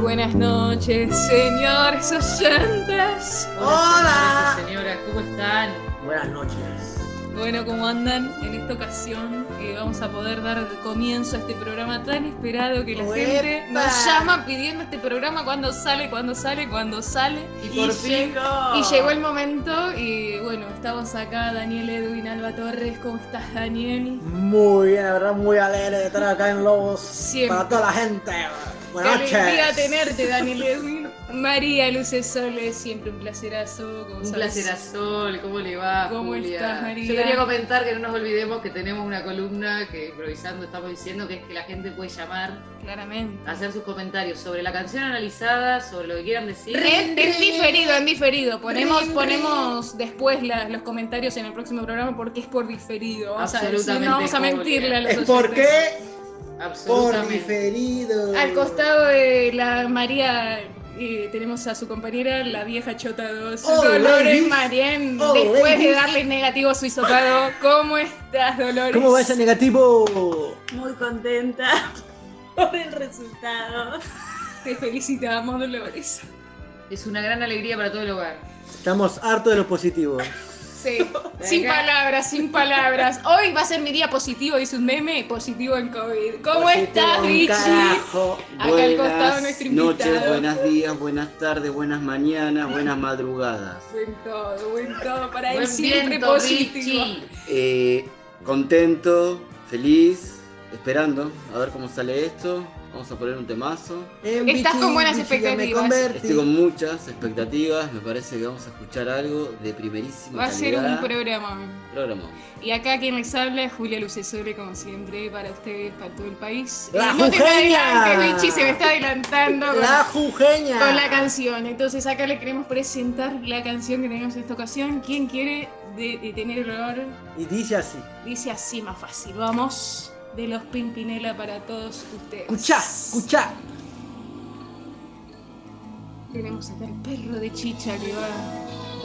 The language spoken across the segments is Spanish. buenas noches, señores oyentes. Hola. Señora, ¿cómo están? Buenas noches. Bueno, ¿cómo andan? En esta ocasión eh, vamos a poder dar comienzo a este programa tan esperado que la ¡Uepa! gente nos llama pidiendo este programa cuando sale, cuando sale, cuando sale. Y por fin. llegó. Y llegó el momento y bueno, estamos acá, Daniel Edwin Alba Torres. ¿Cómo estás, Daniel? Muy bien, la verdad, muy alegre de estar acá en Lobos. Siempre. Para toda la gente. Qué Buenas alegría noches. tenerte, Daniel Edwin. María Luces Soles, siempre un placerazo. Como Un sabes. placer a Sol, ¿cómo le va? ¿Cómo Julia? estás, María? Yo quería comentar que no nos olvidemos que tenemos una columna que improvisando estamos diciendo que es que la gente puede llamar, Claramente. hacer sus comentarios sobre la canción analizada, sobre lo que quieran decir. En, en diferido, en diferido. Ponemos, ponemos después la- los comentarios en el próximo programa porque es por diferido. Vamos a decir, Absolutamente, no vamos a Julia. mentirle a los Es porque Eh, por Absolutamente. diferido. oyentes. Al costado de la María eh, tenemos a su compañera, la vieja Chota 2, Oh, Dolores ladies. Marién. Oh, después de ladies. darle negativo a su hisopado, ¿cómo estás, Dolores? ¿Cómo va ese negativo? Muy contenta por el resultado. Te felicitamos, Dolores. Es una gran alegría para todo el hogar. Estamos hartos de los positivos. Sí, sin Acá. palabras, sin palabras. Hoy va a ser mi día positivo, dice un meme, positivo en COVID. ¿Cómo Positivo, estás, un Richie? carajo. al costado nuestro invitado. noches, buenos días, buenas tardes, buenas mañanas, buenas madrugadas. Buen todo, buen todo, para él Buen siempre viento, positivo. Richie. Eh, contento, feliz, esperando a ver cómo sale esto. Vamos a poner un temazo. En Estás bichi, con buenas bichi, que expectativas. Me convertí. Estoy con muchas expectativas, me parece que vamos a escuchar algo de primerísima Va a ser un calidad. programa. Programa. Y acá quien les habla es Julia Lucesole, como siempre, para ustedes, para todo el país. ¡La no te me Jujeña! adelantes, Richie, se me está adelantando con La jujeña. con la canción. Entonces acá le queremos presentar la canción que tenemos en esta ocasión. ¿Quién quiere de- de tener el honor? Y dice así. Dice así más fácil. Vamos de los Pimpinela para todos ustedes. Escuchá, escuchá. Tenemos acá el perro de chicha que va.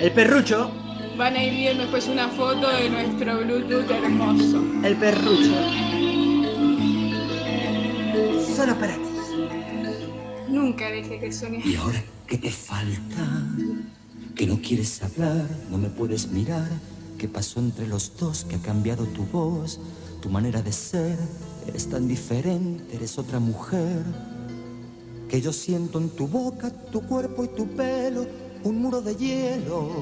El perrucho. Van a ir viendo después una foto de nuestro Bluetooth hermoso. El perrucho. Solo para ti. Nunca deje que suene. Y ahora que te falta, que no quieres hablar, no me puedes mirar, qué pasó entre los dos, que ha cambiado tu voz, tu manera de ser, eres tan diferente, eres otra mujer, que yo siento en tu boca, tu cuerpo y tu pelo, un muro de hielo,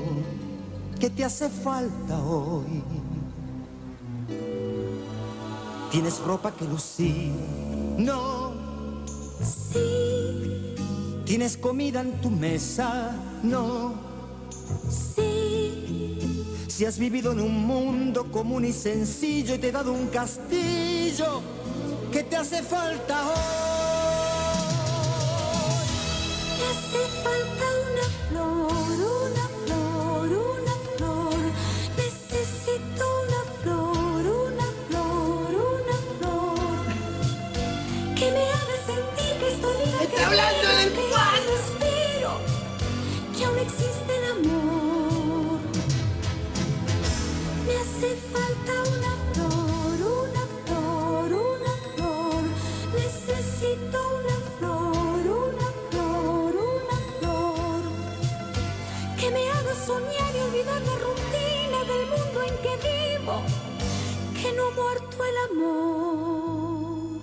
que te hace falta hoy. Tienes ropa que lucir, no. Tienes comida en tu mesa, no. Sí. Si has vivido en un mundo común y sencillo y te he dado un castillo que te hace falta hoy. Me hace falta una flor, una flor, una flor. Necesito una flor, una flor, una flor. Que me haga sentir que estoy viva, que hablando del respiro, que aún existe el amor. Me hace falta una flor, una flor, una flor. Necesito una flor, una flor, una flor. Que me haga soñar y olvidar la rutina del mundo en que vivo. Que no ha muerto el amor.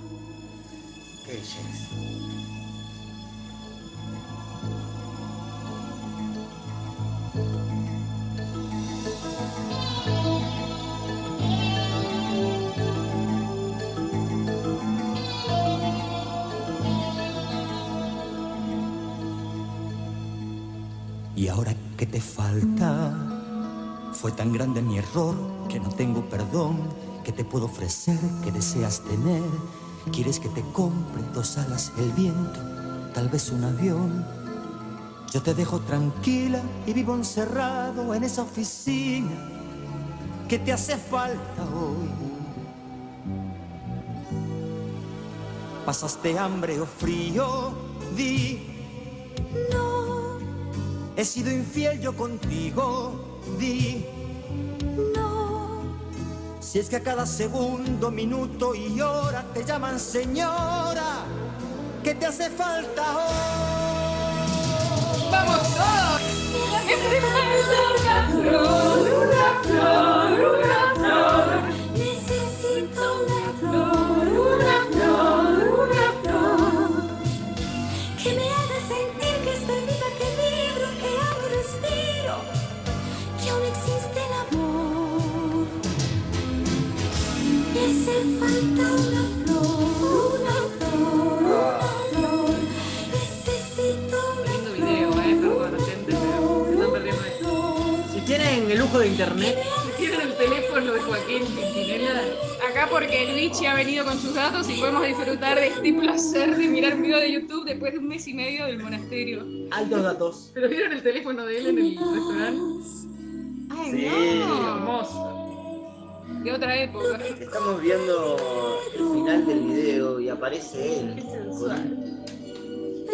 Y ahora que te falta, fue tan grande mi error que no tengo perdón, que te puedo ofrecer, que deseas tener. Quieres que te compre dos alas, el viento, tal vez un avión. Yo te dejo tranquila y vivo encerrado en esa oficina que te hace falta hoy. Pasaste hambre o frío, di No, He sido infiel yo contigo, di. no. Si es que a cada segundo, minuto y hora te llaman señora, que te hace falta hoy. ¡Vamos todos! Necesito una flor, una flor, una flor que me haga sentir que estoy viva, que vibro, que amo y respiro, que aún existe el amor. Me hace falta una flor, una flor, una flor. Necesito Lindo video, eh, perdón, gente, pero no perdemos esto. una Si tienen el lujo de internet, Si tienen el teléfono de Joaquín Quintinela, Acá porque Luigi ha venido con sus datos y podemos disfrutar de este placer de mirar video de YouTube después de un mes y medio del monasterio. altos datos. pero vieron el teléfono de él en el restaurante. flor. ¡Ay, Sí. no! Hermoso. De otra época. Estamos viendo el final del video y aparece él. sensual.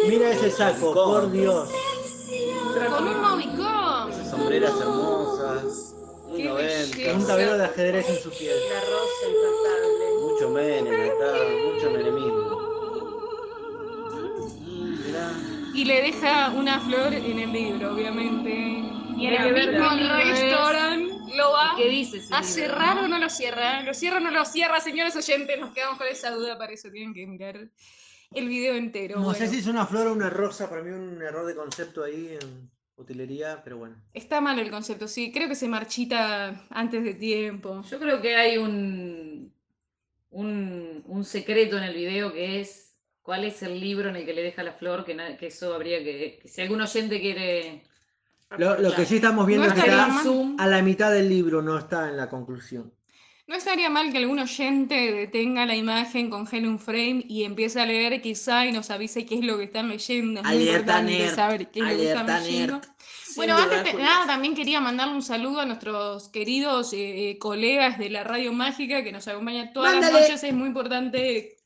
Mira ese saco, por Dios. Con un Con Movicom. esas sombreras hermosas. Muy Qué 90. belleza. Un tablero de ajedrez en su piel. La rosa impasable. Mucho menem acá, mucho menemismo. Mm, mirá. Y le deja una flor en el libro, obviamente. Y en el mismo libro es- lo va ¿Qué dice ese a libro? cerrar o Ah, no lo cierra. ¿eh? Lo cierra o no lo cierra, señores oyentes. Nos quedamos con esa duda, para eso tienen que mirar el video entero. No bueno. sé si es una flor o una rosa, para mí un error de concepto ahí en utilería, pero bueno. Está mal el concepto, sí. Creo que se marchita antes de tiempo. Yo creo que hay un, un, un secreto en el video que es cuál es el libro en el que le deja la flor, que, na- que eso habría que, que Si algún oyente quiere... Lo, lo que sí estamos viendo No es que estaría está mal. Zoom. Ah, a la mitad del libro, no está en la conclusión. No estaría mal que algún oyente detenga la imagen, congele un frame y empiece a leer quizá y nos avise qué es lo que están leyendo. Es muy Alerta importante nerd, saber qué es lo que están alerta leyendo. nerd. Bueno, antes de nada también quería mandarle un saludo a nuestros queridos eh, eh, colegas de la Radio Mágica que nos acompañan todas las Mándale. noches. Es muy importante,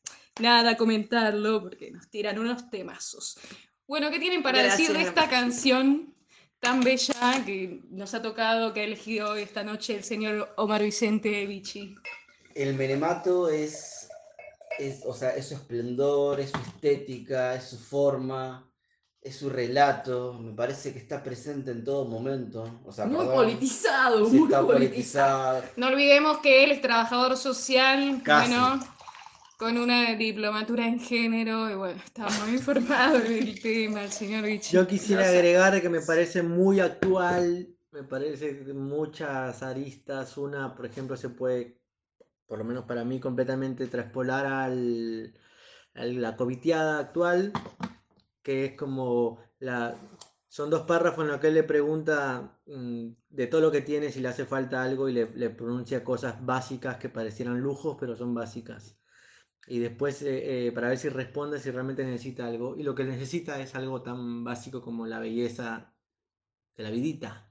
nada, comentarlo porque nos tiran unos temazos. Bueno, ¿qué tienen para Gracias, decir de esta hermano. canción tan bella que nos ha tocado, que ha elegido hoy esta noche el señor Omar Vicente Vichy? El menemato es, es, o sea, es su esplendor, es su estética, es su forma, es su relato. Me parece que está presente en todo momento. O sea, Muy perdón, politizado, sí muy está politizado. politizado. No olvidemos que él es trabajador social, Casi. bueno, con una diplomatura en género, y bueno, está muy informado del tema, el señor Vichy. Yo quisiera No sé. agregar que me parece muy actual, me parece de muchas aristas. Una, por ejemplo, se puede, por lo menos para mí, completamente traspolar al, a la coviteada actual, que es como la... Son dos párrafos en los que él le pregunta mm, de todo lo que tiene si le hace falta algo y le, le pronuncia cosas básicas que parecieran lujos, pero son básicas. Y después eh, eh, para ver si responde si realmente necesita algo. Y lo que necesita es algo tan básico como la belleza de la vidita.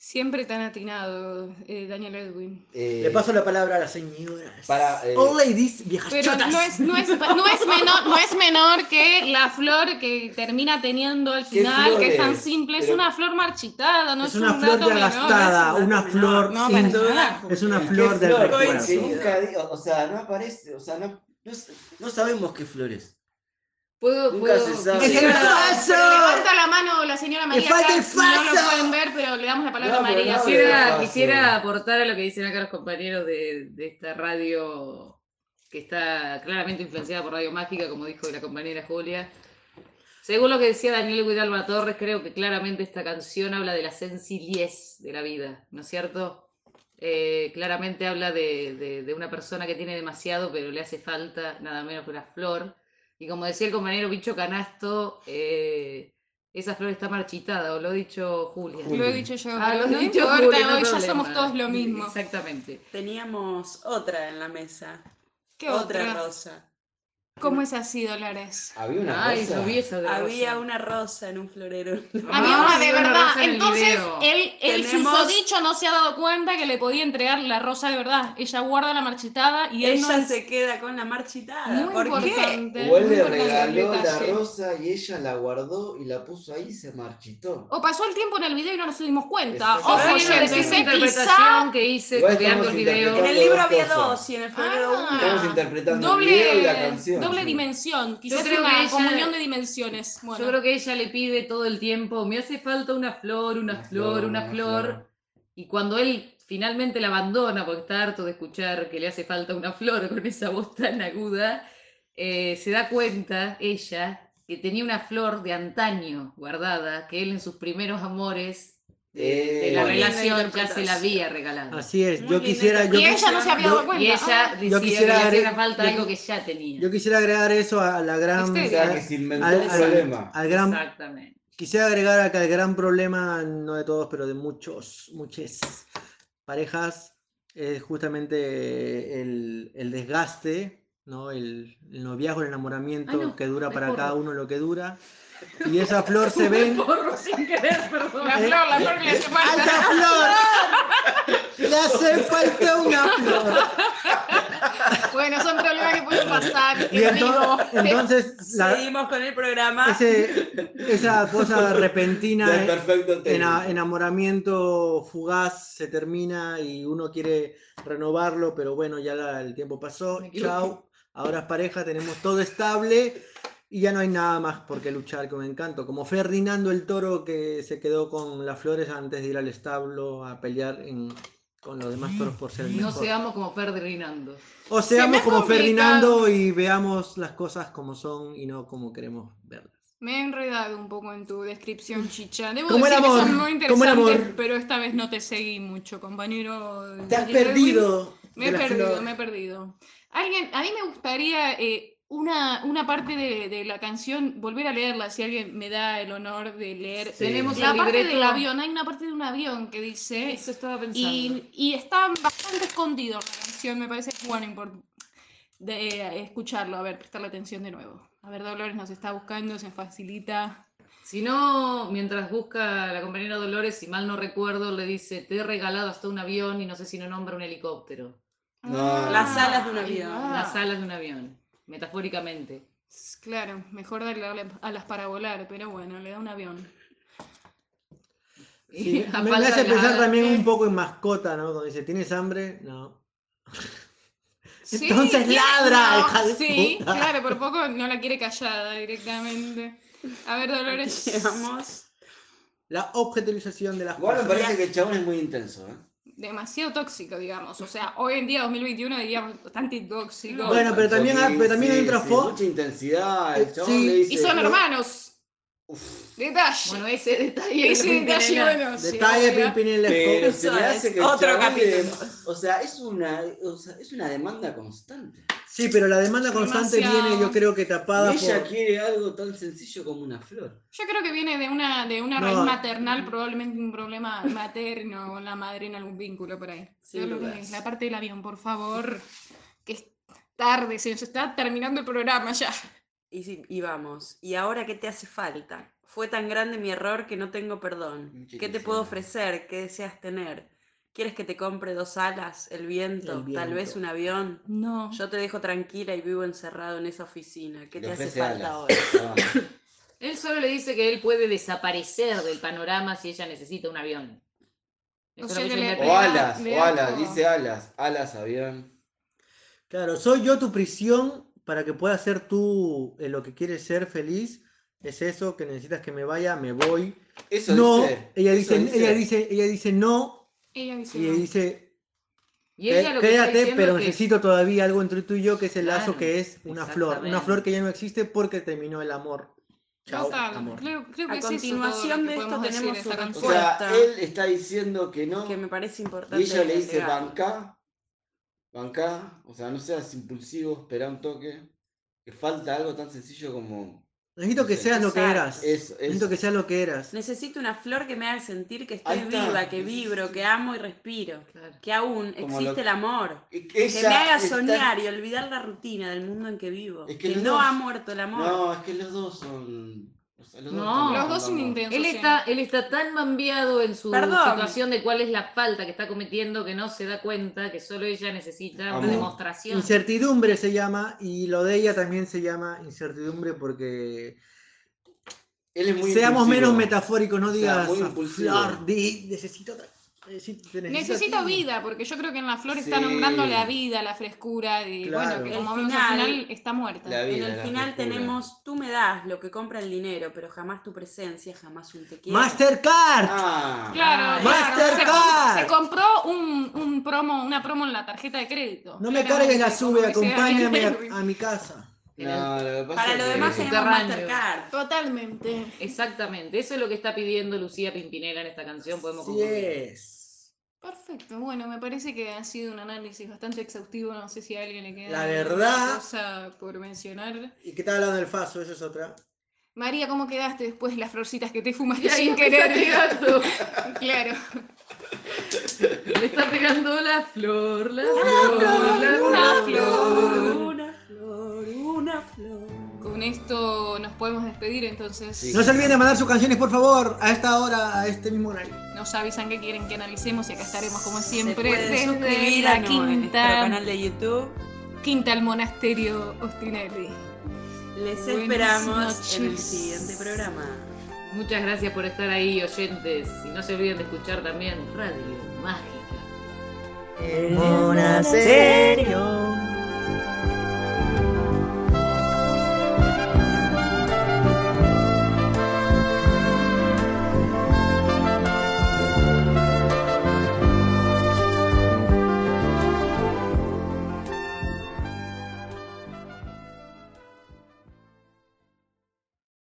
Siempre tan atinado, eh, Daniel Edwin. Eh, Le paso la palabra a las señoras. para, eh, All ladies, viejas Pero chotas. no es, no, es, no, es menor, no es menor que la flor que termina teniendo al ¿Qué final, que es tan flores? simple, es Pero- una flor marchitada, no es, Es una un flor dato ya menor. gastada, una flor No, sin- para nada. es una ¿qué flor del flor? recuerdo. Que nunca di- o, o sea, no aparece, o sea, no, no, s- no sabemos qué flores. Puedo, Nunca puedo- se sabe. ¡Es el falso! Pero levanta la mano la señora María. falta el Kat, no lo falso! pueden ver, pero le damos la palabra a No, pero María. Quisiera- no, Ah, Quisiera, quisiera sí. aportar a lo que dicen acá los compañeros de, de esta radio que está claramente influenciada por Radio Mágica, como dijo la compañera Julia. Según lo que decía Daniel Guidalba Torres, creo que claramente esta canción habla de la sencillez de la vida, ¿no es cierto? Eh, claramente habla de, de- de una persona que tiene demasiado, pero le hace falta nada menos que una flor. Y como decía el compañero Bicho Canasto, eh, esa flor está marchitada, o lo ha dicho Julia. Lo he dicho yo. Ah, pero lo no has dicho, importa, Juli, no hoy ya problema. somos todos lo mismo. Exactamente. Teníamos otra en la mesa. ¿Qué otra otra? rosa. ¿Cómo es así, Dolores? Había una Ay, cosa. yo vi esa de Había Rosa. una rosa en un florero. Ah, Había Ah, una de había una verdad. rosa en el Entonces, video. él, el Tenemos- susodicho no se ha dado cuenta que le podía entregar la rosa de verdad. Ella guarda la marchitada y Y él ella no. se queda con la marchitada. Muy ¿Por qué? importante. O él muy le importante el regaló la detalle. rosa y ella la guardó y la puso ahí y se marchitó. O pasó el tiempo en el video y no nos dimos cuenta. Exacto. Ojo, Bueno, yo les esa hice interpretación quizá. que hice Igual copiando el estamos video. En interpretando. el libro había Cosas. dos y en el florero Ah. Estamos interpretando el Doble, video y la canción. doble dimensión, quizás creo una que ella- comunión de dimensiones. Bueno, Yo creo que ella le pide todo el tiempo, me hace falta una flor, una, flor, una flor. Y cuando él finalmente la abandona porque está harto de escuchar que le hace falta una flor con esa voz tan aguda, eh, se da cuenta ella que tenía una flor de antaño guardada que él en sus primeros amores de, de la Eh. Muy linda relación ya se la interpretación. había regalado. Así es, Muy yo linda quisiera, yo, y ella no se había dado yo- cuenta. Y ella Ah, decidió que le quisiera hacía agregar- falta yo- algo que ya tenía. yo quisiera agregar eso a la gran, O Misterio. sea, que al, se inventó Al- un al- problema. al gran Exactamente. Quisiera agregar acá el gran problema, no de todos, pero de muchos, muchas parejas, es justamente el, el desgaste, ¿no? El, el noviazgo, el enamoramiento Ay, no, que dura me para cada corro. uno lo que dura. Y esa flor se ven. Porro sin querer, perdón. La flor, la flor que le hace falta. ¡Alta flor! ¡Le hace falta una flor! Bueno, son problemas que pueden pasar. Y querido. entonces, entonces la- Seguimos con el programa. ese- esa cosa repentina. Del eh, perfecto Ena- técnico. enamoramiento fugaz se termina y uno quiere renovarlo, pero bueno, ya la- el tiempo pasó. Me equivoqué. Chao. Ahora es pareja, tenemos todo estable y ya no hay nada más por qué luchar con encanto. Como Ferdinando el Toro que se quedó con las flores antes de ir al establo a pelear en- con los demás toros por ser el No mejor. seamos como Ferdinando. o me seamos es como complicado. Ferdinando y veamos las cosas como son y no como queremos verlas. Me he enredado un poco en tu descripción, Chicha. Debo Como el decir que amor, son muy como el interesantes, amor. pero esta vez no te seguí mucho, compañero. Te has Jackie Redwin. perdido. Me de he la perdido, flor. me he perdido. Alguien, a mí me gustaría eh, una, una parte de, de la canción, volver a leerla, si alguien me da el honor de leer. Sí. Tenemos La el parte libreto. del avión, hay una parte de un avión que dice, Eso estaba pensando. y, y está bastante escondido la canción, me parece bueno import- de eh, escucharlo, a ver, prestarle atención de nuevo. A ver, Dolores nos está buscando, se facilita. Si no, mientras busca a la compañera Dolores, si mal no recuerdo, le dice, te he regalado hasta un avión y no sé si no nombra un helicóptero. No. Las alas de un Ah, ahí avión, va. Ah. Las alas de un avión, metafóricamente. S- Claro, mejor darle alas- alas para volar, pero bueno, le da un avión. Sí, A me- me, falta hace de ah, pensar nada. también eh. un poco en mascota, ¿no? Cuando dice, ¿tienes hambre? No. Sí, Entonces tiene- ladra, no, hija de Sí, puta. claro, por poco no la quiere callada directamente. A ver, Dolores. Llegamos. La objetualización de las Igual me cosas. parece que el chabón es muy intenso, ¿eh. Demasiado tóxico, digamos. O sea, hoy en día, 2021, diríamos bastante tóxico. Bueno, pero también ha- pero también hay un Sí, trasfondo. sí, Mucha intensidad, el Sí. chabón le dice... y son "No, hermanos. Detalle. Bueno, ese detalle. ese no tiene detalle, nada. bueno. sí, Detalle, o sea, Pimpinela, Pero escoba. se le Eso hace es que el otro chabón le- capítulo. O sea, es una, o sea, es una demanda constante. Sí, pero la demanda constante Demasiado. viene, yo creo que tapada Y ella por. quiere algo tan sencillo como una flor. Yo creo que viene de una, de una No. raíz maternal, probablemente un problema materno con la madre en algún vínculo por ahí. Sin Dolores, dudas. la parte del avión, por favor. Que es tarde, se nos está terminando el programa ya. Y, sí, y vamos. ¿Y ahora qué te hace falta? Fue tan grande mi error que no tengo perdón. Mucha ¿Qué te puedo intensidad. ofrecer? ¿Qué deseas tener? ¿Quieres que te compre dos alas, el viento, El tal vez viento. un avión? No. Yo te dejo tranquila y vivo encerrado en esa oficina. ¿Qué Le te hace ofrece falta alas. ahora? Ah, Él solo le dice que él puede desaparecer del panorama si ella necesita un avión. O Eso sea es lo que le- que yo O interpreto. alas, Le o alas, asco. dice alas, alas avión. Claro, soy yo tu prisión para que puedas ser tú eh, lo que quieres ser feliz. Es eso que necesitas que me vaya, me voy. Eso no, dice. ella eso dice, ella dice, ella dice no, Ella dice. y ella no. dice Y ella Qué- lo que está Quédate, diciendo pero es que- necesito todavía algo entre tú y yo, que es el lazo Claro, que es una flor. Una exactamente. flor que ya no existe porque terminó el amor. Chao, Total, amor. Creo, creo que A es eso todo continuación lo que de esto podemos decir tenemos esta una O canción. fuerte. sea, él está diciendo que no. Que me parece importante. Y ella le dice, agregar. banca, banca, o sea, no seas impulsivo, espera un toque. Que falta algo tan sencillo como Necesito que seas lo que Exacto. eras. eso. Necesito eso. que seas lo que eras. Necesito una flor que me haga sentir que Ahí estoy está. viva, que vibro, que amo y respiro. Claro. Que aún Como existe lo- el amor. Y que Que ella me haga está- soñar y olvidar la rutina del mundo en que vivo. Es que que los no dos- ha muerto el amor. No, es que los dos son. o sea, los dos No. están Los dos buscando son amor. intensos. Él sí. está, él está tan mambiado en su Perdón. situación de cuál es la falta que está cometiendo que no se da cuenta que solo ella necesita Amor. una demostración. Incertidumbre se llama, y lo de ella también se llama incertidumbre porque Él es muy seamos menos impulsivo. metafóricos, no O sea, digas muy "Ah, impulsivo". flor, di- necesito otra Eh, sí, te necesita Necesita tiempo. vida, porque yo creo que en la flor está Sí. nombrándole la vida, la frescura, de, Claro. bueno, que El como vemos al final- final está muerta. La En vida, el la final frescura. tenemos, tú me das lo que compra el dinero, pero jamás tu presencia, jamás un te quiero. Mastercard. Ah, Claro, Ah, claro. Se, com- Mastercard. se compró un, un promo, una promo en la tarjeta de crédito. No me Claramente, cargues la como sube, que sea acompáñame Henry. a, a mi casa. no, lo que pasa Para es lo demás que- en el tenemos subterráneo. Mastercard. Totalmente. Exactamente, eso es lo que está pidiendo Lucía Pimpinela en esta canción. Podemos Así concluir. es. Perfecto. Bueno, me parece que ha sido un análisis bastante exhaustivo. No sé si a alguien le queda La alguna verdad. cosa por mencionar. ¿Y qué tal hablando del Faso? Eso es otra. María, ¿cómo quedaste después de las florcitas que te Y fumaste ahí sin me está querer? pegando, Claro. le está pegando la flor, Ah, la flor, la flor. Una flor. Una flor, una flor. Con esto nos podemos despedir, entonces Sí. No se olviden de mandar sus canciones, por favor, a esta hora, a este mismo horario. nos avisan qué quieren que analicemos y acá estaremos como siempre Se pueden desde suscribir a la nuestro canal quinta, de YouTube. quinta al monasterio Ostinelli. Les Buenas esperamos en el noches. siguiente programa. Muchas gracias por estar ahí, oyentes. Y no se olviden de escuchar también Radio Mágica. El monasterio